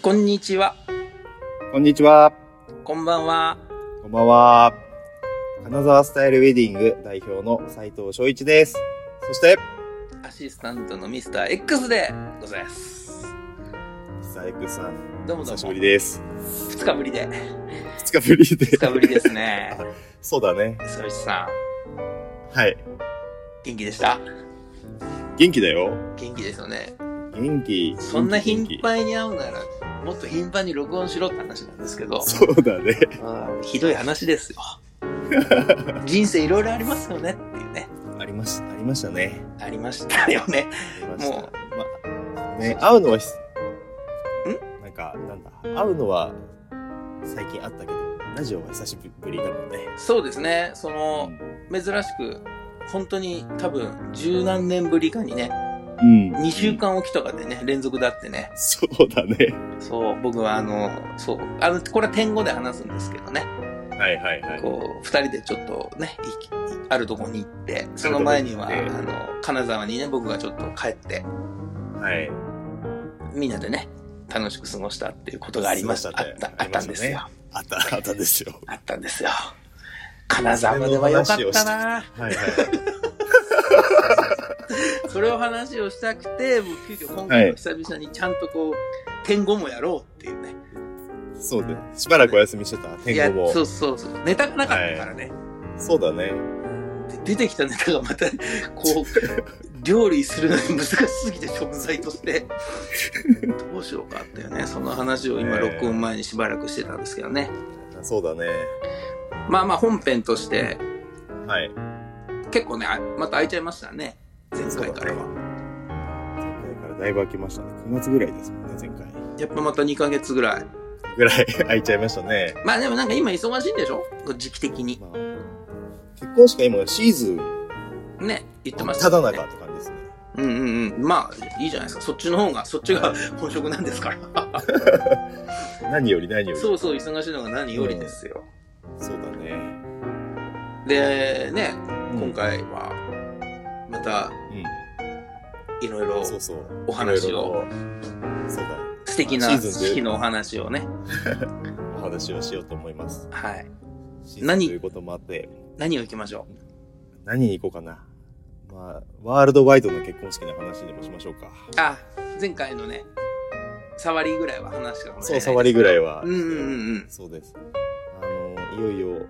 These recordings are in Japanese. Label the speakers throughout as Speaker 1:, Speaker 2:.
Speaker 1: こんにちは。
Speaker 2: こんにちは。
Speaker 1: こんばんは。
Speaker 2: こんばんは。金沢スタイルウェディング代表の斉藤翔一です。そして、
Speaker 1: アシスタントのミスター X でございます。
Speaker 2: サイクさ
Speaker 1: どう
Speaker 2: ん、
Speaker 1: も
Speaker 2: お
Speaker 1: どうも。
Speaker 2: 久しぶりです。
Speaker 1: 二日ぶりで。
Speaker 2: 2日ぶりで。
Speaker 1: 二日ぶりですね。
Speaker 2: そうだね。
Speaker 1: ソイチさん、
Speaker 2: はい。
Speaker 1: 元気でした
Speaker 2: 元気だよ。
Speaker 1: 元気ですよね。
Speaker 2: 元気。
Speaker 1: そんな
Speaker 2: 元
Speaker 1: 頻
Speaker 2: 気元気
Speaker 1: 繁に会うなら、もっと頻繁に録音しろって話なんですけど、
Speaker 2: そうだね。
Speaker 1: うんひどい話ですよ。人生いろいろありますよねっていうね。
Speaker 2: ありました、ありましたね。
Speaker 1: ありましたよね。
Speaker 2: ありました
Speaker 1: も
Speaker 2: ま、ね、会うのはひ、んなんか、なんだ、会うのは最近あったけど、ラジオは久しぶりだもんね。
Speaker 1: そうですね。その、珍しく、本当に多分十何年ぶりかにね、
Speaker 2: うん。
Speaker 1: 2週間起きとかでね、連続だってね。
Speaker 2: そうだね。
Speaker 1: そう、僕はあの、そう、あの、これは天語で話すんですけどね。
Speaker 2: はいはいはい。
Speaker 1: こう、二人でちょっとね、いきあるとこに行って、その前には、あ
Speaker 2: あるとこ
Speaker 1: の、金沢にね、僕がちょっと帰って、
Speaker 2: はい。
Speaker 1: みんなでね、楽しく過ごしたっていうことがありました。
Speaker 2: 過
Speaker 1: あ
Speaker 2: ごし
Speaker 1: ったた
Speaker 2: ね、
Speaker 1: あったんですよ。
Speaker 2: あった、あったんですよ。
Speaker 1: あったんですよ。金沢では良かったな
Speaker 2: はいはい。
Speaker 1: それを話をしたくて、もう急遽今回は久々にちゃんとこう、天狗もやろうっていうね。
Speaker 2: そうで、しばらくお休みしてた、
Speaker 1: い
Speaker 2: 天
Speaker 1: や
Speaker 2: 狗も。
Speaker 1: そ
Speaker 2: そう
Speaker 1: うそうそう。ネタがなかったからね。
Speaker 2: だね。
Speaker 1: で出てきたネタがまた、こう、料理するのに難しすぎて食材として、どうしようかっていうね、その話を今、
Speaker 2: ねえ
Speaker 1: 録音前にしばらくしてたんですけどね。
Speaker 2: そうだね。
Speaker 1: まあまあ、本編として、
Speaker 2: はい。
Speaker 1: 結構ね、あまた空いちゃいましたね。前回からは。
Speaker 2: 前回からだいぶ空きましたね。9月ぐらいですもんね、前回。
Speaker 1: やっぱまた2ヶ月ぐらい。
Speaker 2: ぐらい 空いちゃいましたね。
Speaker 1: まあでもなんか今忙しいんでしょ時期的に。
Speaker 2: まあ、結婚式が今シーズン
Speaker 1: ね、言って
Speaker 2: 真
Speaker 1: ま
Speaker 2: っ
Speaker 1: した、
Speaker 2: た
Speaker 1: ね。
Speaker 2: だ中って感じですね。
Speaker 1: うんうんうん。まあ、いいじゃないですか。そっちの方が、そっちが本職なんですから。
Speaker 2: 何より何より。
Speaker 1: そうそう、忙しいのが何よりですよ。
Speaker 2: そうだね。
Speaker 1: で、ね、
Speaker 2: うん
Speaker 1: 今。回は、また、いろい
Speaker 2: うん。
Speaker 1: ろ
Speaker 2: そうそう。
Speaker 1: お話を、
Speaker 2: いろいろとそうだ。
Speaker 1: 素敵な
Speaker 2: シーズンで
Speaker 1: 四季のお話をね、
Speaker 2: お話をしようと思います。
Speaker 1: はい。
Speaker 2: シーズン
Speaker 1: 何
Speaker 2: ということもあって、
Speaker 1: 何を行きましょ
Speaker 2: 何に行こうかな。まあ、ワールドワイドの結婚式の話でもしましょうか。
Speaker 1: う。あ、前回のね、触りぐらいは話したかもしれ
Speaker 2: そ
Speaker 1: な
Speaker 2: う、
Speaker 1: い。
Speaker 2: 触りぐらいは。
Speaker 1: うんうんうん
Speaker 2: そうです。あの、いよいよ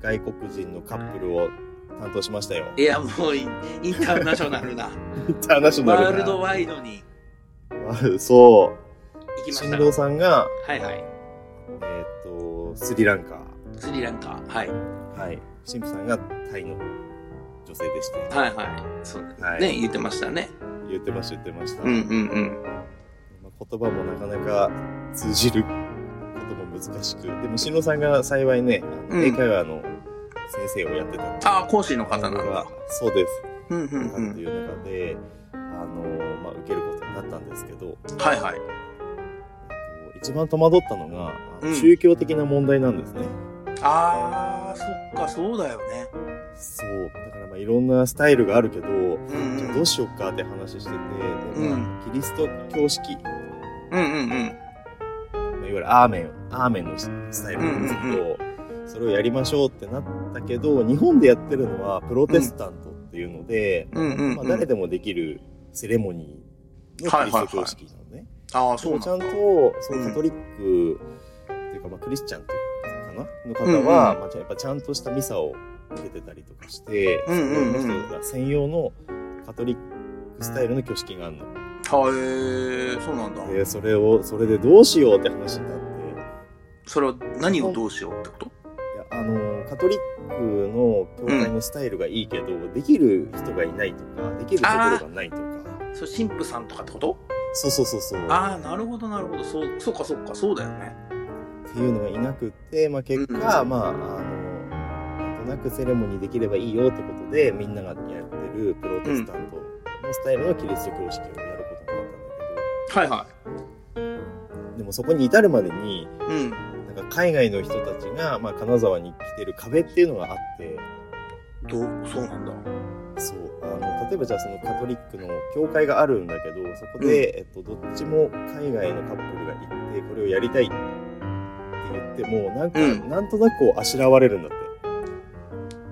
Speaker 2: 外、外国人のカップルを担当しましたよ。
Speaker 1: いや、もうイン、インターナショナルな、
Speaker 2: インターナショナルな
Speaker 1: ワールドワイドに
Speaker 2: ワールドそ
Speaker 1: 行
Speaker 2: う。
Speaker 1: きまし
Speaker 2: 新
Speaker 1: た。
Speaker 2: 郎さんが、
Speaker 1: はいはい。
Speaker 2: えーっ、と、スリランカ。
Speaker 1: スリランカ。はい。
Speaker 2: はい。新婦さんがタイの女性でして。
Speaker 1: はいはい。そう
Speaker 2: はい
Speaker 1: ね、言ってましたね。
Speaker 2: 言ってました、言ってました。
Speaker 1: うんうんうん。
Speaker 2: まあ言葉もなかなか通じることも難しく。でも、新郎さんが幸いね、あ
Speaker 1: うん
Speaker 2: の英会話の先生をやってたっていう
Speaker 1: ああ、講師の方なんだ。。
Speaker 2: そうです。
Speaker 1: うんう
Speaker 2: なん
Speaker 1: んう
Speaker 2: って
Speaker 1: ん。
Speaker 2: いう中で、あのまあ、受けることになったんですけど、
Speaker 1: はいはい。
Speaker 2: 一番戸惑ったのが、あの
Speaker 1: うん
Speaker 2: 宗教的な問題なんですね。
Speaker 1: ああ、そっか、そうだよね。
Speaker 2: そう。だから、まあ、いろんなスタイルがあるけど、
Speaker 1: うん
Speaker 2: じゃあどうしようかって話してて、でまあ、キリスト教式、ま
Speaker 1: うんうんうん。
Speaker 2: あいわゆるアーメン、アーメンのスタイルなんですけど、それをやりましょうってなったけど、日本でやってるのはプロテスタントっていうので、
Speaker 1: うんうんうん
Speaker 2: まあ、誰でもできるセレモニーのキリスト教式なのね。
Speaker 1: ああ、そう
Speaker 2: ち
Speaker 1: な
Speaker 2: ゃ
Speaker 1: ん
Speaker 2: ん
Speaker 1: だ
Speaker 2: と。そ
Speaker 1: うん
Speaker 2: のカトリックっていうか、まあ、クリスチャンっていうのかなの方は、
Speaker 1: うんうん
Speaker 2: まあ、やっぱちゃんとしたミサを受けてたりとかして、
Speaker 1: うんうんうん
Speaker 2: その人が専用のカトリックスタイルの挙式があるの。
Speaker 1: はい、えーそうなんだ。
Speaker 2: で、それを、それでどうしようって話になって、
Speaker 1: それは何をどうしようってこと
Speaker 2: いや、あの、カトリックの教会のスタイルがいいけど、できる人がいないとか、できるところがないとか、
Speaker 1: それ神父さんとかってこと
Speaker 2: そうそうそうそう。
Speaker 1: ああ、なるほどなるほど。そう、そうかそうか、そうだよね。
Speaker 2: っていうのがいなくって、まあ、結果、まああのなんとなくセレモニーできればいいよってことでみんながやってるプロテスタントのスタイルのキリスト教式をやることになったんだ
Speaker 1: はいは
Speaker 2: けどでもそこに至るまでに
Speaker 1: い。うん。
Speaker 2: なんか海外の人たちが、まあ、金沢に来てる壁っていうのがあって
Speaker 1: どう、そうなんだ。
Speaker 2: そうあの例えばじゃあそのカトリックの教会があるんだけどそこで、えっと、どっちも海外のカップルが行ってこれをやりたいって言ってもなんか、
Speaker 1: うん
Speaker 2: なんとなくこうあしらわれるんだって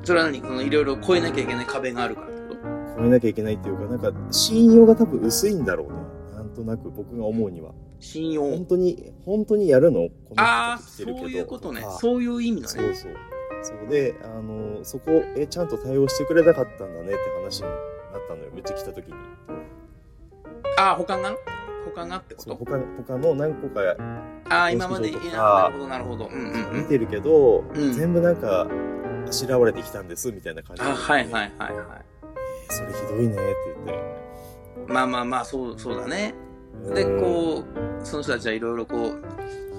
Speaker 1: それは何このいろいろ越えなきゃいけない壁があるからってこと
Speaker 2: 止めなきゃいけないっていうかなんか信用が多分薄いんだろうねなんとなく僕が思うには
Speaker 1: 信用
Speaker 2: 本。当に本当にやるのこの人
Speaker 1: ああ、
Speaker 2: たち来
Speaker 1: そ
Speaker 2: てるけど
Speaker 1: ういうことね
Speaker 2: か。
Speaker 1: そういう意味だ
Speaker 2: そう
Speaker 1: ね。
Speaker 2: そう。そうで、あの、そこ、え、ちゃんと対応してくれなかったんだねって話になったのよ。うち来た時に。
Speaker 1: ああ、他が他がってこ
Speaker 2: そう
Speaker 1: と
Speaker 2: 他他の何個か
Speaker 1: ああ、今まで、い
Speaker 2: どうして
Speaker 1: や
Speaker 2: どうと
Speaker 1: な
Speaker 2: か
Speaker 1: るほど、なるほど。うんうんう
Speaker 2: 見
Speaker 1: ん。
Speaker 2: てるけど、
Speaker 1: うん
Speaker 2: 全部なんか、あしらわれてきたんですみたいな感じで
Speaker 1: あはいはいはいは
Speaker 2: えそれひどいねって言って。
Speaker 1: い。まあまあまあ、そう、そうだね。
Speaker 2: うん
Speaker 1: で、こう、その人たちはいろいろこう、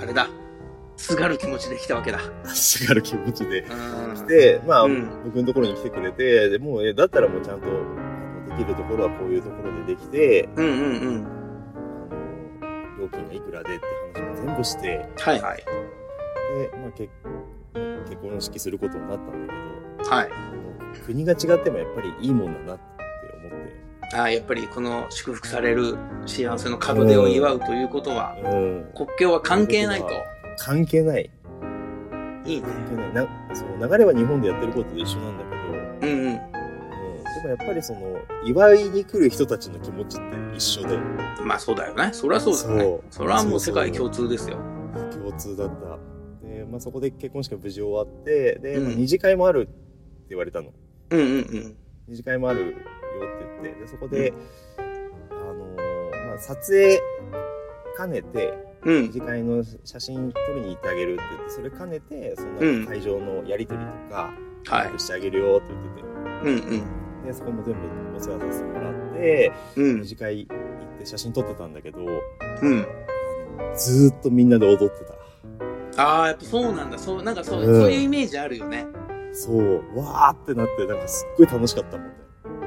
Speaker 1: あれだ。すがる気持ちで来たわけだ。
Speaker 2: あしがる気持ちで。
Speaker 1: うん。
Speaker 2: で、まあ、
Speaker 1: うん
Speaker 2: 僕のところに来てくれて、でもう、え、だったらもうちゃんと、できるところはこういうところでできて、
Speaker 1: うんうんうん。
Speaker 2: あの、料金がいくらでって話も全部して、
Speaker 1: はいはい。
Speaker 2: で、まあ、結結婚式することになったんだ
Speaker 1: はい。
Speaker 2: けど国が違ってもやっぱりいいもんだなって思って
Speaker 1: ああ、やっぱりこの祝福される幸せの門出を祝うということは、
Speaker 2: うん
Speaker 1: 国境は関係ないと。
Speaker 2: 関係ない
Speaker 1: いいね。
Speaker 2: 関係ないなその流れは日本でやってることと一緒なんだけど、うん、
Speaker 1: うんうん。
Speaker 2: でもやっぱりその祝いに来る人たちの気持ちって一緒で
Speaker 1: まあそうだよね。そりゃそうだよね。
Speaker 2: そう
Speaker 1: それはもう世界共通ですよ。
Speaker 2: 共通だったで、まあ、そこで結婚式が無事終わってで、まあ
Speaker 1: うん
Speaker 2: 二次会もあるって言われたの
Speaker 1: うんうんうん。
Speaker 2: 二次会もあるよって言ってでそこで、あのーまあ、撮影兼ねて
Speaker 1: う
Speaker 2: 二
Speaker 1: ん。
Speaker 2: 次会の写真撮りに行ってあげるって言ってそれ兼ねてそ
Speaker 1: うん
Speaker 2: の会場のやり取りとか、
Speaker 1: はい。
Speaker 2: してあげるよって言ってて
Speaker 1: うん
Speaker 2: でそこも全部お世話させてもらって
Speaker 1: うん。う
Speaker 2: 二
Speaker 1: ん。
Speaker 2: 次会行って写真撮ってたんだけど
Speaker 1: うん。
Speaker 2: ずーっとみんなで踊ってた
Speaker 1: ああ、やっぱそうなんだ。そう、なんかそう、
Speaker 2: うん
Speaker 1: そういうイメージあるよね。
Speaker 2: そうわーってなってなんかすっごい楽しかったもんね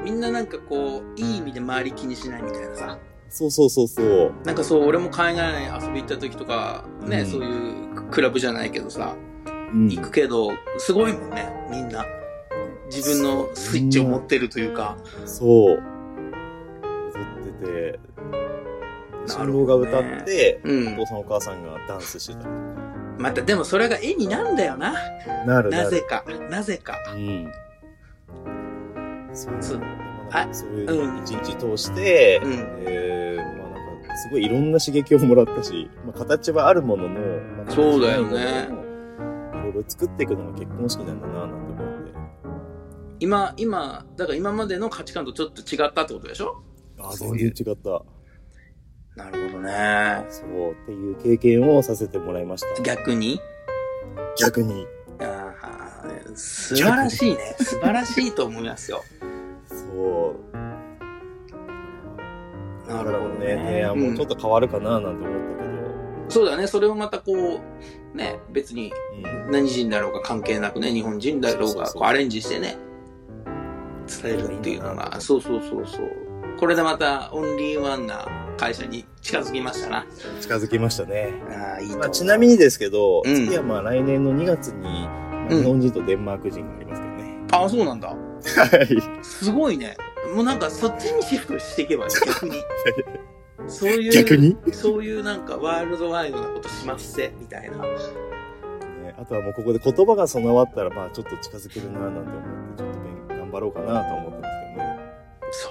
Speaker 1: みんななんかこう、いい意味で周り気にしないみたいなさ。
Speaker 2: そうそうそうそう
Speaker 1: なんかそう、俺も海外に遊び行った時とか、ね、
Speaker 2: うん
Speaker 1: そういうクラブじゃないけどさ、
Speaker 2: うん
Speaker 1: 行くけど、すごいもんね、みんな。自分のスイッチを持ってるというか。
Speaker 2: そう踊ってて
Speaker 1: な
Speaker 2: 新
Speaker 1: る
Speaker 2: 郎
Speaker 1: ほ
Speaker 2: が
Speaker 1: どね
Speaker 2: 歌って、
Speaker 1: う
Speaker 2: お
Speaker 1: ん
Speaker 2: 父。さんお母さんがダンスしてたり
Speaker 1: また、でもそれが絵になんだよな。
Speaker 2: なるな
Speaker 1: な
Speaker 2: る
Speaker 1: ぜか。なぜか。
Speaker 2: うん。そう
Speaker 1: そう
Speaker 2: なん
Speaker 1: あ
Speaker 2: かそういう
Speaker 1: うん
Speaker 2: の一日通して、
Speaker 1: うん
Speaker 2: えーまあなんかすごいいろんな刺激をもらったし、まあ、形はあるものの、まあ
Speaker 1: そうだよね。
Speaker 2: いろいろ作っていくのが結婚式なんだななんて思って。
Speaker 1: 今、今、だから今までの価値観とちょっと違ったってことでしょ
Speaker 2: あ
Speaker 1: そう
Speaker 2: 全
Speaker 1: い
Speaker 2: 然
Speaker 1: う
Speaker 2: 違った。
Speaker 1: なるほどね。
Speaker 2: そうっていう経験をさせてもらいました。
Speaker 1: 逆に
Speaker 2: 逆に。
Speaker 1: あー素晴らしい ね。素晴らしいと思いますよ。
Speaker 2: そう。
Speaker 1: な
Speaker 2: だ
Speaker 1: るほ
Speaker 2: から
Speaker 1: ど
Speaker 2: ね、
Speaker 1: ね
Speaker 2: 提案もちょっと変わるかななんて思ったけど。
Speaker 1: そうだね。それをまたこう、ね、別に
Speaker 2: うん
Speaker 1: 何人だろうが関係なくね、日本人だろう
Speaker 2: そうそう
Speaker 1: が
Speaker 2: そう
Speaker 1: こうアレンジしてね、伝えるっていうのが、そうそうそうそう。これでまたオンリーワンな会社に近づきましたな。
Speaker 2: 近づきましたね。
Speaker 1: ああ、いいと
Speaker 2: ま
Speaker 1: 思
Speaker 2: あ、
Speaker 1: う
Speaker 2: ちなみにですけど、
Speaker 1: うん
Speaker 2: 次はまあ来年の2月に、まあ
Speaker 1: うん
Speaker 2: 日本人とデンマーク人がありますけどね。
Speaker 1: ああ、そうなんだ。
Speaker 2: はい。
Speaker 1: すごいね。もうなんかそっちにシフトしていけばいい逆 に。そう いう、
Speaker 2: 逆に、
Speaker 1: そういうなんかワールドワイドなことしますせ、みたいな。
Speaker 2: ねあとはもうここで言葉が備わったら、まあちょっと近づけるななんて思って、ちょっと勉頑張ろうかなと思ってますけどね。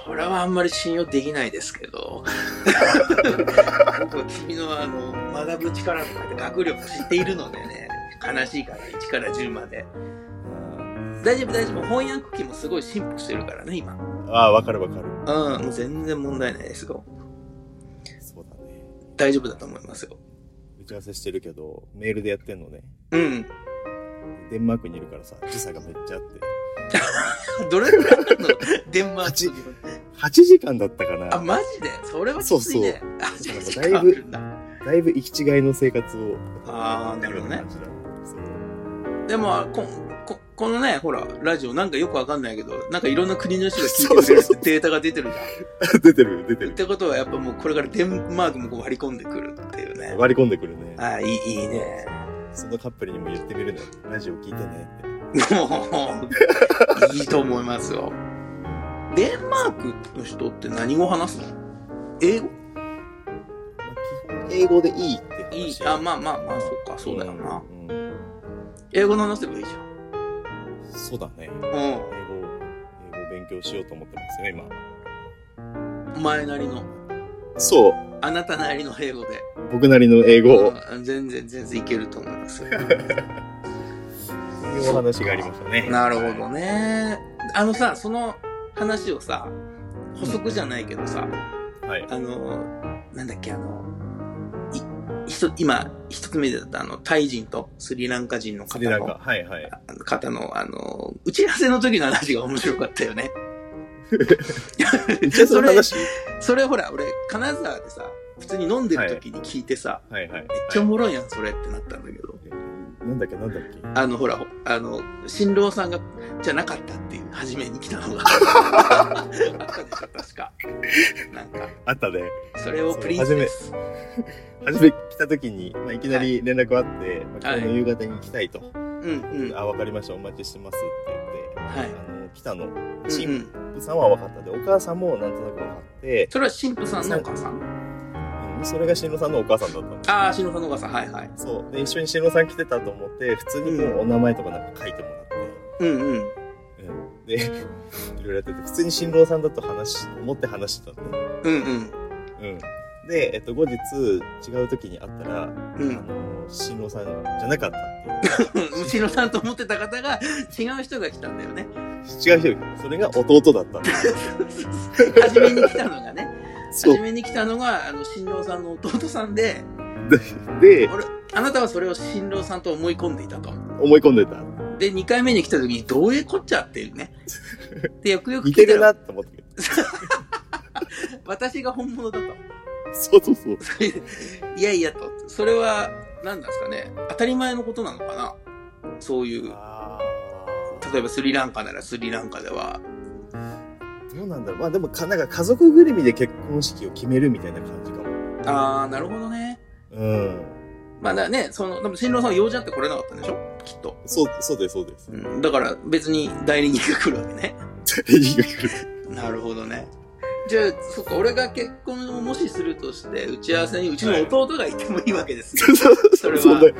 Speaker 1: それはあんまり信用できないですけ ど。僕は君のあの、学ぶ力とかって学力知っているのでね。悲しいから、1から10まで。大丈夫大丈夫。翻訳機もすごい進歩してるからね、今。
Speaker 2: ああ、わかるわかる。
Speaker 1: うん、もう全然問題ないですよ。
Speaker 2: そうだね。
Speaker 1: 大丈夫だと思いますよ。
Speaker 2: 打ち合わせしてるけど、メールでやってんのね。
Speaker 1: うん。
Speaker 2: デンマークにいるからさ、時差がめっちゃあって。
Speaker 1: どれくらいなのデンマークに。
Speaker 2: 8時間だったか
Speaker 1: あ、
Speaker 2: な。
Speaker 1: マジでそれはきついね。
Speaker 2: そう
Speaker 1: あ、
Speaker 2: そう
Speaker 1: 時
Speaker 2: だからもうだい
Speaker 1: 間あ
Speaker 2: ぶ
Speaker 1: るんだ。
Speaker 2: だいぶ行き違いの生活を。
Speaker 1: あーなるほどね。
Speaker 2: そう。
Speaker 1: でもここ、このね、ほら、ラジオなんかよくわかんないけど、なんかいろんな国の人が聞いてくれるってデータが出てるじ
Speaker 2: 出てる、出て
Speaker 1: ゃん。っ
Speaker 2: る。
Speaker 1: てことは、やっぱもうこれからデンマークもこう割り込んでくるっていうね。
Speaker 2: 割り込んでくるね。
Speaker 1: ああ、いい、いいね。
Speaker 2: そのカップルにも言ってみるのよ。ラジオ聞いてねって。
Speaker 1: もう、いいと思いますよ。デンマークの人って何語話すの英語
Speaker 2: まあ、基本英語でいいって話
Speaker 1: いい。あ、まあまあまあ、そっか、そうだよな。
Speaker 2: んうん
Speaker 1: 英語の話せばいいじゃ
Speaker 2: そうだね
Speaker 1: ん。うん
Speaker 2: 英。語英語勉強しようと思ってますよ今
Speaker 1: お前なりの、
Speaker 2: そう
Speaker 1: あなたなりの英語で。
Speaker 2: 僕なりの英語を
Speaker 1: うん全然、全然いけると思いますよ。
Speaker 2: いうお話がありましたね
Speaker 1: なるほどね。あのさ、その話をさ、補足じゃないけどさ、
Speaker 2: はい
Speaker 1: あの、なんだっけ、あの、いひと今、一つ目でだったあの、タイ人とスリランカ人の方
Speaker 2: スリランカ
Speaker 1: の、
Speaker 2: はいはい
Speaker 1: あの方の、あの、打ち合わせの時の話が面白かったよね。
Speaker 2: 一応その話
Speaker 1: それほら、俺、金沢でさ、普通に飲んでる時に聞いてさ、
Speaker 2: はいは
Speaker 1: め
Speaker 2: い
Speaker 1: っちゃおもろいやん、それってなったんだけど。
Speaker 2: なんだっけなんだっけ
Speaker 1: あの、ほら、ほあの、新郎さんが、じゃなかったっていう、初めに来たのが。あったでしょ、確か。なんか、
Speaker 2: あったね
Speaker 1: それをプリンセス。
Speaker 2: 初め来た時に、まあ、いきなり連絡あって、まあ、今日の夕方に来たいと、
Speaker 1: うんうん。
Speaker 2: あ分かりましたお待ちしてますって言って、
Speaker 1: はい
Speaker 2: あの北の
Speaker 1: うんう
Speaker 2: 神
Speaker 1: ん。
Speaker 2: 父さんは分かったでお母さんもなんとなく分かって、
Speaker 1: それは新婦さんのお母さん。
Speaker 2: うんそれが新郎さんのお母さんだったんです
Speaker 1: ああ、新婦さんのお母さん、はいはい。
Speaker 2: そうで一緒に新郎さん来てたと思って普通にもうお名前とかなんか書いてもらって。
Speaker 1: うんうん。
Speaker 2: うんで、いろいろやってて、普通に新郎さんだと話し、思って話してたんで。
Speaker 1: うんうん。
Speaker 2: うん。で、えっと、後日、違う時に会ったら、
Speaker 1: う
Speaker 2: あ
Speaker 1: ん。
Speaker 2: の、新郎さんじゃなかった
Speaker 1: 後ろさんと思ってた方が、違う人が来たんだよね。
Speaker 2: っていう。違う人が、それが弟だったんで。
Speaker 1: 初めに来たのがね。
Speaker 2: そ
Speaker 1: 初
Speaker 2: う。
Speaker 1: めに来たのが、あの、新郎さんの弟さんで、
Speaker 2: で、
Speaker 1: 俺、あなたはそれを新郎さんと思い込んでいたと。
Speaker 2: 思い込んでた。
Speaker 1: で、2回目に来た時に、どういうこっちゃっていう ね。で、よくよく
Speaker 2: 似
Speaker 1: 聞
Speaker 2: て
Speaker 1: いた
Speaker 2: るな
Speaker 1: ら、
Speaker 2: って思って。
Speaker 1: 私が本物だと。
Speaker 2: そうそうそう。
Speaker 1: いやいやと。それは、何なんですかね。当たり前のことなのかな。そういう、
Speaker 2: あ
Speaker 1: 例えばスリランカならスリランカでは。
Speaker 2: ーどうなんだろう。まあでも、かなんか家族ぐるみで結婚式を決めるみたいな感じかも。
Speaker 1: あー、なるほどね。
Speaker 2: うん。
Speaker 1: まあだね、その、多分新郎さんは用事あって来れなかったんでしょきっと。
Speaker 2: そう、そうです、そうです
Speaker 1: う。ん、だから別に代理人が来るわけね。なるほどね。じゃあ、そっか、俺が結婚をもしするとして、打ち合わせにうちの弟がいてもいいわけですよ。それは
Speaker 2: そうだ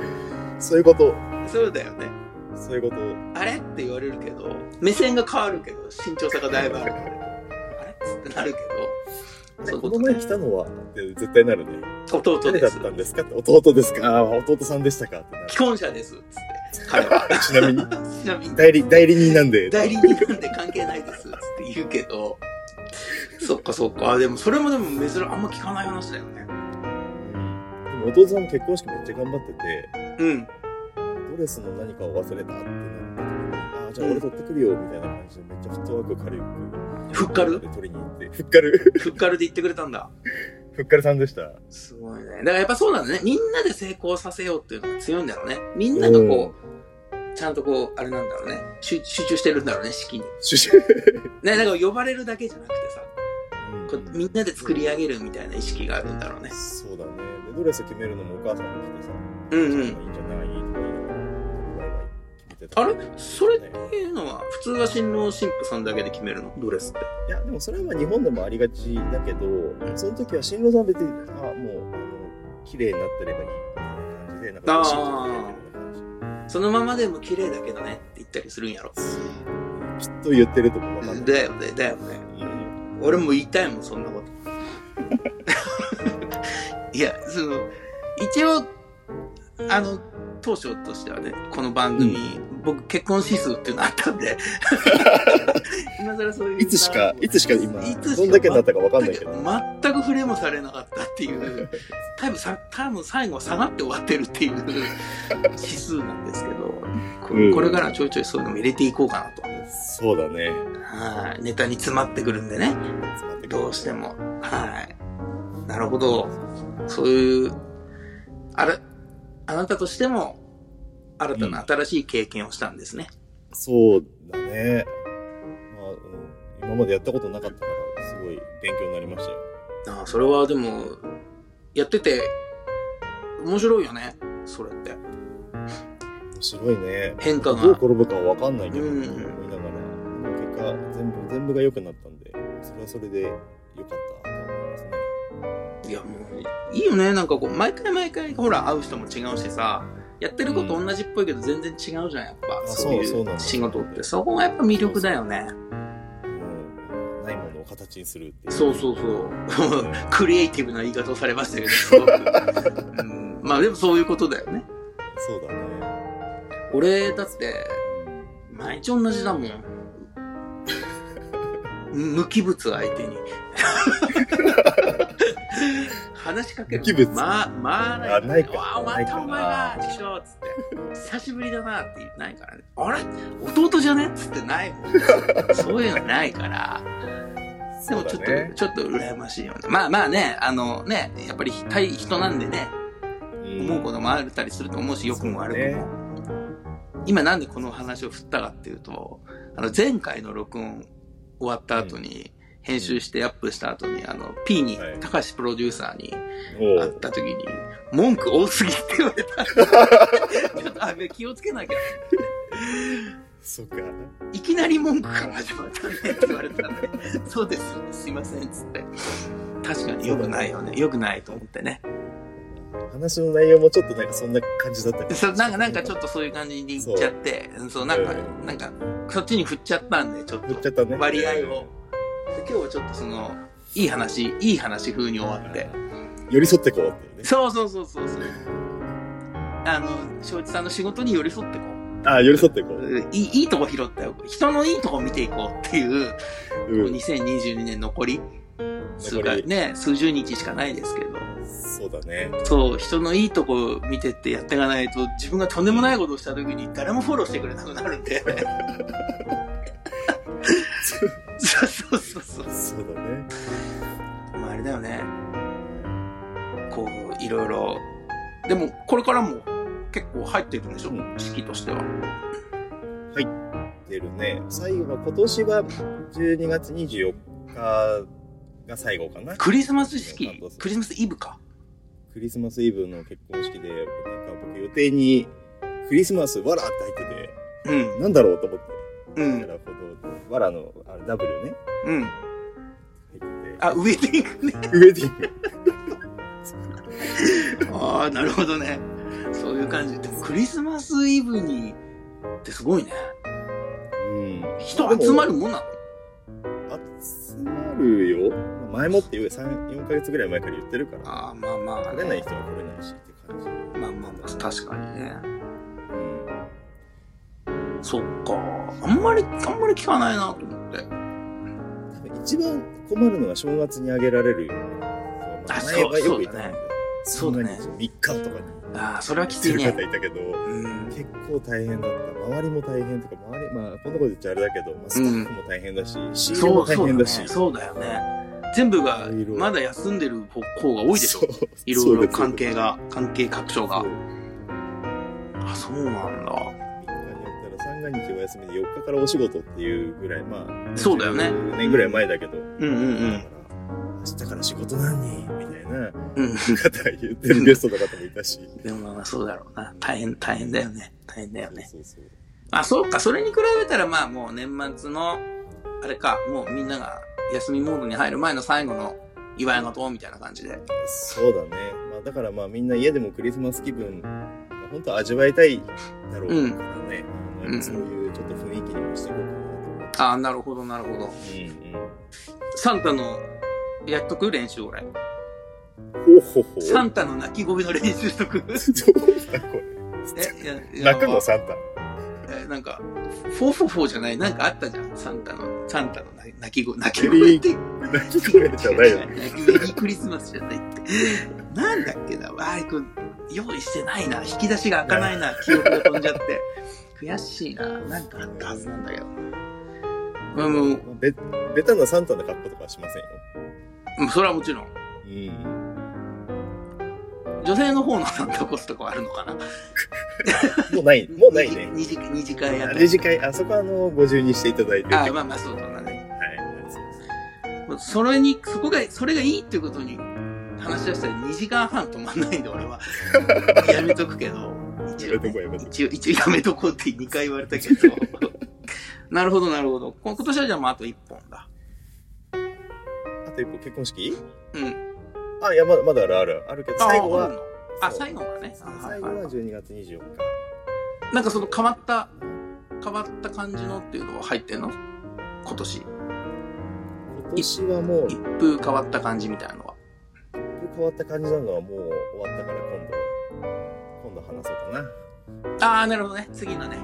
Speaker 2: そういうこと。
Speaker 1: そうだよね。
Speaker 2: そういうこと。
Speaker 1: あれって言われるけど、目線が変わるけど、慎重さがだいぶあるから。あれっつってなるけど、そういう
Speaker 2: こ
Speaker 1: こと
Speaker 2: の前
Speaker 1: ね。
Speaker 2: 来たのはって絶対なるね。
Speaker 1: 弟
Speaker 2: 誰
Speaker 1: で
Speaker 2: だっ
Speaker 1: す。
Speaker 2: たんですかって弟ですかああ、弟さんでしたかってなる
Speaker 1: 既婚者です。つって。彼 は。
Speaker 2: ちなみに、
Speaker 1: ちなみに、
Speaker 2: 代理、代理人なんで。
Speaker 1: 代理人なんて関係ないです。つって言うけど、そっかそっか。あでも、それもでも珍しい。あんま聞かない話だよね。
Speaker 2: うんでも弟さんも結婚式めっちゃ頑張ってて、
Speaker 1: うん。
Speaker 2: ドレスの何かを忘れたってなった時に、ああ、じゃあ俺取ってくるよみたいな感じでめっちゃフットワーク軽く。
Speaker 1: ふっかる
Speaker 2: 取りに行って。ふっかる
Speaker 1: ふっかるで言ってくれたんだ。
Speaker 2: ふっかるさんでした。
Speaker 1: すごいね。だからやっぱそうなんだね。みんなで成功させようっていうのが強いんだろうね。みんながこう、ちゃんとこう、あれなんだろうね。集集中してるんだろうね、式に。
Speaker 2: 主人
Speaker 1: ね、だから呼ばれるだけじゃなくてさ、こうみ
Speaker 2: うん
Speaker 1: なで作り上げるみたいな意識があるんだろうね
Speaker 2: ん。そうだね。で、ドレス決めるのもお母さんが来てさ、
Speaker 1: うんう
Speaker 2: いい
Speaker 1: ん。
Speaker 2: んじゃないいいとかいいとか、ワイワイ決めてた。
Speaker 1: あれそれっていうのは、普通は新郎新婦さんだけで決めるのドレスって。
Speaker 2: いや、でもそれはまあ日本でもありがちだけど、その時は新郎さんは別に、あ、もう、あの、綺麗になってればいいみたいな感じで、なんか、しい
Speaker 1: そのままでも綺麗だけどねって言ったりするんやろ。
Speaker 2: きっと言ってると思う。わかんない。
Speaker 1: だよね、だよね。
Speaker 2: うん
Speaker 1: 俺も言いたいもん、そんなこと。 いや、その、一応、あの、当初としてはね、この番組、
Speaker 2: う
Speaker 1: 僕、結婚指数っていうのあったん で、今更そういう。
Speaker 2: いつしか、いつしか今、
Speaker 1: いつしか
Speaker 2: どんだけになったかわかんないけど。
Speaker 1: 全く触れもされなかったっていう、多分さ、多分最後は下がって終わってるって いう指数なんですけど、こ
Speaker 2: うん
Speaker 1: これからはちょいちょいそういうのも入れていこうかなと。
Speaker 2: そうだね。
Speaker 1: はい。ネタに詰まってくるんでね。どうして。も。はい。なるほど。そういう、あれ、あなたとしても、新たな新しい経験をしたんですね。
Speaker 2: そうだね。まあ、うん。今までやったことなかったから、すごい勉強になりましたよ。
Speaker 1: ああそれはでも、やってて、面白いよね。それって。
Speaker 2: 面白いね。
Speaker 1: 変化が
Speaker 2: どう転ぶかはわかんないけど、
Speaker 1: うん
Speaker 2: 思いながら。でも結果、全部、全部が良くなったんで。それはそれで良かったと思いますね。
Speaker 1: いや、もう、いいよね。なんかこう、毎回毎回、ほら、会う人も違うしさ、やってること同じっぽいけど全然違うじゃん、やっぱ。
Speaker 2: あ
Speaker 1: そうい
Speaker 2: そうそうなん
Speaker 1: う
Speaker 2: です
Speaker 1: 仕事って。そこがやっぱ魅力だよね。
Speaker 2: もうないものを形にするっていう。
Speaker 1: そうそうそう。クリエイティブな言い方をされましたけど、すごく。うん、まあでもそういうことだよね。
Speaker 2: そうだね。
Speaker 1: 俺、だって、毎日同じだもん。無機物相手に。話しかける。
Speaker 2: 無機物
Speaker 1: まあ、まあない。
Speaker 2: あないか
Speaker 1: わあ、またお前
Speaker 2: な
Speaker 1: が
Speaker 2: い、
Speaker 1: ちくしょうっつって。久しぶりだなって言ってないからね。あれ弟じゃねっつってないもん。そういうのないから。でもちょっと、
Speaker 2: そうだね
Speaker 1: ちょっと羨ましいよね。まあまあね、あのね、やっぱり対人なんでね、思うこともあったりすると思うし、良くも悪くも。今なんでこの話を振ったかっていうと、あの前回の録音終わった後に、編集してアップした後に、あの、P に
Speaker 2: はい、
Speaker 1: 高橋プロデューサーに
Speaker 2: うんお
Speaker 1: 会っ
Speaker 2: う
Speaker 1: た時に、文句多すぎって言われ た。ちょっと、あ、気をつけなきゃ。
Speaker 2: そっか。
Speaker 1: いきなり文句から始まったねって言われたんで、そうですよね、すいません、つって。確かに良くないよね。良くないと思ってね。
Speaker 2: 話の内容もちょっとなんかそんな感じだった
Speaker 1: そうなんか、なんかちょ
Speaker 2: っ
Speaker 1: っとそういう感じに言っちゃって、うんそう、なんか、
Speaker 2: う
Speaker 1: なんか、そっちに振っちゃったんで、ちょっ
Speaker 2: と。振っち
Speaker 1: と
Speaker 2: ゃったね。
Speaker 1: 割合を。で今日はちょっとその、いい話、いい話風に終わって。
Speaker 2: 寄り添ってこうっていうね。
Speaker 1: そうそうそうそうそう。あの、正一さんの仕事に寄り添ってこう
Speaker 2: ああ、寄り添ってこう。
Speaker 1: うん。いい、いいとこ拾って、人のいいとこ見ていこうっていう、
Speaker 2: うん。
Speaker 1: 2022年残り数
Speaker 2: 残
Speaker 1: 回
Speaker 2: り
Speaker 1: ね、数十日しかないですけど、
Speaker 2: そうだね。
Speaker 1: そう、人のいいとこ見てってやっていかないと、自分がとんでもないことをした時に誰もフォローしてくれなくなるん で。そうそうそうそう。
Speaker 2: そうだね。
Speaker 1: まあ、あれだよね。こう、いろいろ。でも、これからも結構入っていくんでしょ、
Speaker 2: う
Speaker 1: 式としては。
Speaker 2: 出るね。最後は今年は12月24日が最後かな。
Speaker 1: クリスマス式
Speaker 2: 担当す、る
Speaker 1: クリスマスイブか。
Speaker 2: クリスマスイブの結婚式で、なんか僕予定にクリスマスわらって入って
Speaker 1: う
Speaker 2: て、
Speaker 1: ん、
Speaker 2: なんだろうと思って。
Speaker 1: う
Speaker 2: だ
Speaker 1: ん、
Speaker 2: からこのわらのあの W ね、
Speaker 1: うん。
Speaker 2: 入って
Speaker 1: あ、ウェディングね。
Speaker 2: て。ウェディング。
Speaker 1: ああ、なるほどね。そういう感じ。でもクリスマスイブにってすごいね。
Speaker 2: うん。
Speaker 1: 人集まるもんなの
Speaker 2: 集まるよ。前もって言う、3、4ヶ月ぐらい前から言ってるから。
Speaker 1: ああ、まあまあ、
Speaker 2: 来れない人は来れないしって感じ。
Speaker 1: まあまあまあ、確かにね。
Speaker 2: うん。
Speaker 1: そっか。あんまり、あんまり聞かないなと思って。
Speaker 2: 多分一番困るのが正月にあげられるよね。
Speaker 1: あ
Speaker 2: そう
Speaker 1: そう
Speaker 2: 前はよくいたんで。
Speaker 1: そうだね
Speaker 2: 3日とかに
Speaker 1: ああ、それはきつ
Speaker 2: す
Speaker 1: い
Speaker 2: る
Speaker 1: ね
Speaker 2: 方。いたけど、
Speaker 1: うん。
Speaker 2: 結構大変だった。周りも大変とか、周り、まあ、こんなこと言っちゃあれだけど、まあ、スタッフも大変だし、仕事
Speaker 1: そう、そうだ
Speaker 2: も大変
Speaker 1: ね。
Speaker 2: だし。
Speaker 1: そうだよね。全部が
Speaker 2: いろいろ、
Speaker 1: まだ休んでる方が多いでしょ
Speaker 2: そう。
Speaker 1: いろい
Speaker 2: そう
Speaker 1: ろ
Speaker 2: です
Speaker 1: 関係が、関係各所が
Speaker 2: そう。
Speaker 1: あ、そうなんだ。
Speaker 2: 3日にやったら三が日お休みで4日からお仕事っていうぐらい、まあ、
Speaker 1: そうだよね
Speaker 2: 10年ぐらい前だけど、
Speaker 1: うんうん
Speaker 2: だから、明日から仕事何にみたいな
Speaker 1: うん。うん。
Speaker 2: 方言ってるゲストの方もいたし。
Speaker 1: でもまあまあそうだろうな。大変、大変だよね。大変だよね。
Speaker 2: そうそうそう。
Speaker 1: あ、そうか。それに比べたらまあもう年末の、あれか、もうみんなが休みモードに入る前の最後の祝い事みたいな感じで。
Speaker 2: そうだね、まあ、だからまあみんな家でもクリスマス気分本当は味わいたいだろうからね、あの
Speaker 1: うん
Speaker 2: そういうちょっと雰囲気にもしていこうかなと思って、
Speaker 1: ああ、なるほど、なるほど。サンタの、やっとく練習俺。
Speaker 2: うんうん、ほうほうほう
Speaker 1: サンタの泣き声の練習しとく。
Speaker 2: どうしたこ
Speaker 1: え、いや、い
Speaker 2: れ
Speaker 1: や
Speaker 2: 泣くのサンタ
Speaker 1: えなんか、フォフォフォじゃない、なんかあったじゃん。サンタの、サンタの泣き声、泣き声って。
Speaker 2: 泣き声じゃないよね
Speaker 1: 泣き声にクリスマスじゃないって。なんだっけな、わあいくん、用意してないな、引き出しが開かないな、記憶が飛んじゃって。悔しいな、なんかあったはずなんだけど。まあもう、も
Speaker 2: ベベタなサンタの格好とかはしませんよ
Speaker 1: うそれはもちろん。
Speaker 2: うん
Speaker 1: 女性の方のサンタコスとかはあるのかな
Speaker 2: もうないもうないね
Speaker 1: 二次二次会やった
Speaker 2: レジ会あそこはあのご自由にしていただいて
Speaker 1: あまあまあそうだなね。
Speaker 2: はいそうそう
Speaker 1: もうそれに、そこが、それがいいっていうことに話し出したら2時間半止まんないんで、俺 は。やめとくけど。一
Speaker 2: や
Speaker 1: 応ね
Speaker 2: めとこうやめとこ
Speaker 1: 一応、一応やめとこうって2回言われたけど。なるほど、なるほど。こ今年はじゃあもうあと1本だ。
Speaker 2: うあと一個結婚式
Speaker 1: うん。
Speaker 2: あいやまだまだあるあるあるけど
Speaker 1: あ
Speaker 2: 最後
Speaker 1: ある
Speaker 2: は
Speaker 1: のあ、
Speaker 2: そう
Speaker 1: 最後はね。
Speaker 2: そう
Speaker 1: あは
Speaker 2: 最
Speaker 1: い
Speaker 2: 後
Speaker 1: はい
Speaker 2: は12月24日
Speaker 1: なんかその変わった、変わった感じのっていうのは入ってんの今年。
Speaker 2: 今年はもう
Speaker 1: 一風変わった感じみたいなのは。
Speaker 2: 変わった感じなのはもう終わったから今度今度話そうかな
Speaker 1: ああ、なるほどね。次のね。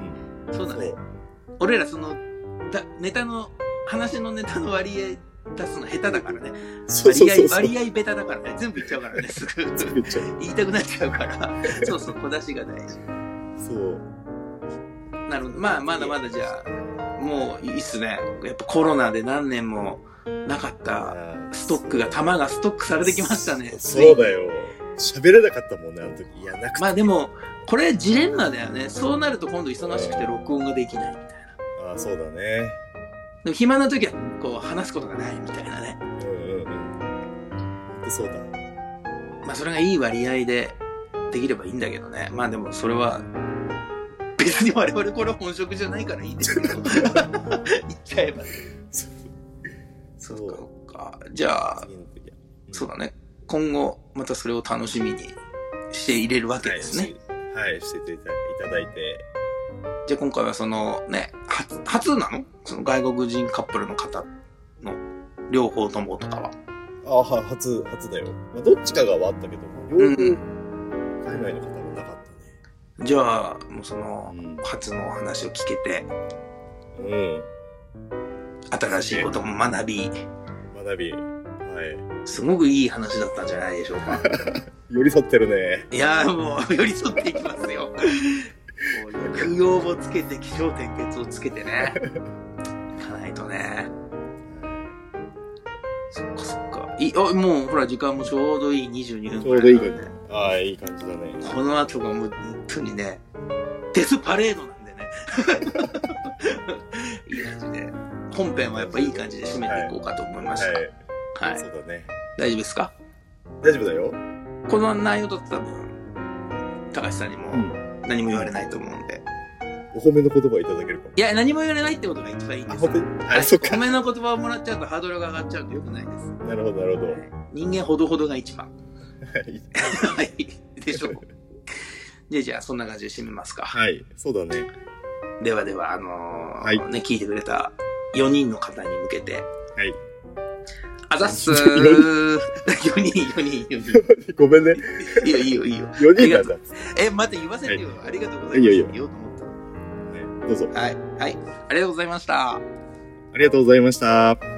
Speaker 1: そうだね。俺らその、だネタの、話のネタの割合出すの下手だからね。
Speaker 2: そうそう
Speaker 1: 割
Speaker 2: そう
Speaker 1: 合、
Speaker 2: そう
Speaker 1: 割合ベタだからね。全部いっちゃうからね。すぐ。
Speaker 2: 作っちゃう
Speaker 1: 言いたくなっちゃうから。 そうそう、小出しが大事。
Speaker 2: そう
Speaker 1: なるほど。まあ、まだまだじゃあ、もういいっすね。やっぱコロナで何年もなかったストックが、玉がストックされてきましたね。
Speaker 2: そうだよ喋れなかったもんねあの時いやなく
Speaker 1: まあでも、これジレンマだよね。そうなると今度忙しくて録音ができないみたいな。
Speaker 2: あそうだね
Speaker 1: でも暇な時は、こう、話すことがないみたいなね。
Speaker 2: うんうんうんほんとそうだ
Speaker 1: まあそれがいい割合でできればいいんだけどね。まあでもそれは、別に我々これは本職じゃないからいいんですけど。言っちゃえばね。
Speaker 2: そう
Speaker 1: そうかそうか。じゃあ、
Speaker 2: 次の時は
Speaker 1: そうだね。今後、またそれを楽しみにしていれるわけですね。
Speaker 2: はい、はい、していただいて
Speaker 1: じゃあ今回はそのね、初、初なのその外国人カップルの方の両方ともとかは。
Speaker 2: あは初初だよ、まあ、どっちかがはあったけど
Speaker 1: う
Speaker 2: 両方
Speaker 1: ん。
Speaker 2: 海外の方はなかったね
Speaker 1: じゃあ、もうその、
Speaker 2: ん
Speaker 1: 初のお話を聞けて、
Speaker 2: うん
Speaker 1: 新しいことも学び、
Speaker 2: 学びは
Speaker 1: すごくいい話だったんじゃないでしょうか。
Speaker 2: い寄り添ってるね
Speaker 1: いやーもう、寄り添っていきますよ。こう抑揚もつけて、気象点結をつけてね。いかないとね。そっかそっか。いあもうほら時間もちょうどいい22分
Speaker 2: ちょうどいい
Speaker 1: くらいなんで
Speaker 2: ああいい感じだね
Speaker 1: この後がもう本当にね、デスパレードなんでね。 いい感じで。本編はやっぱいい感じで締めていこうかと思いました。はい。
Speaker 2: はい、そうだね
Speaker 1: 大丈夫ですか
Speaker 2: 大丈夫だよ
Speaker 1: この内容だと多分、高橋さんにも
Speaker 2: うん
Speaker 1: 何も言われないと思うんで。
Speaker 2: お褒めの言葉いただけるかも
Speaker 1: いや、何も言われないってことが一番いいん
Speaker 2: あ
Speaker 1: です
Speaker 2: 褒
Speaker 1: よ。
Speaker 2: めあそっ
Speaker 1: お
Speaker 2: か
Speaker 1: めの言葉をもらっちゃうとハードルが上がっちゃうんでよくないです。
Speaker 2: なるほどなるほど
Speaker 1: 人間ほどほどが一番。
Speaker 2: はい
Speaker 1: はい。でしょう。で、じゃあ、そんな感じで締めますか。
Speaker 2: はいそうだね
Speaker 1: ではでは、あのー
Speaker 2: はい
Speaker 1: ね、聞いてくれた4人の方に向けて、
Speaker 2: はい
Speaker 1: あざっすー !4 人、4人、4人。
Speaker 2: ごめんね
Speaker 1: いいよ、いいよ、いいよ。
Speaker 2: 4人なんだ
Speaker 1: え、待って、言わせてよ。ありがとうございます。
Speaker 2: いいよいいよ
Speaker 1: 言おうと思った。
Speaker 2: どうぞ
Speaker 1: はい。はい。ありがとうございました。
Speaker 2: ありがとうございました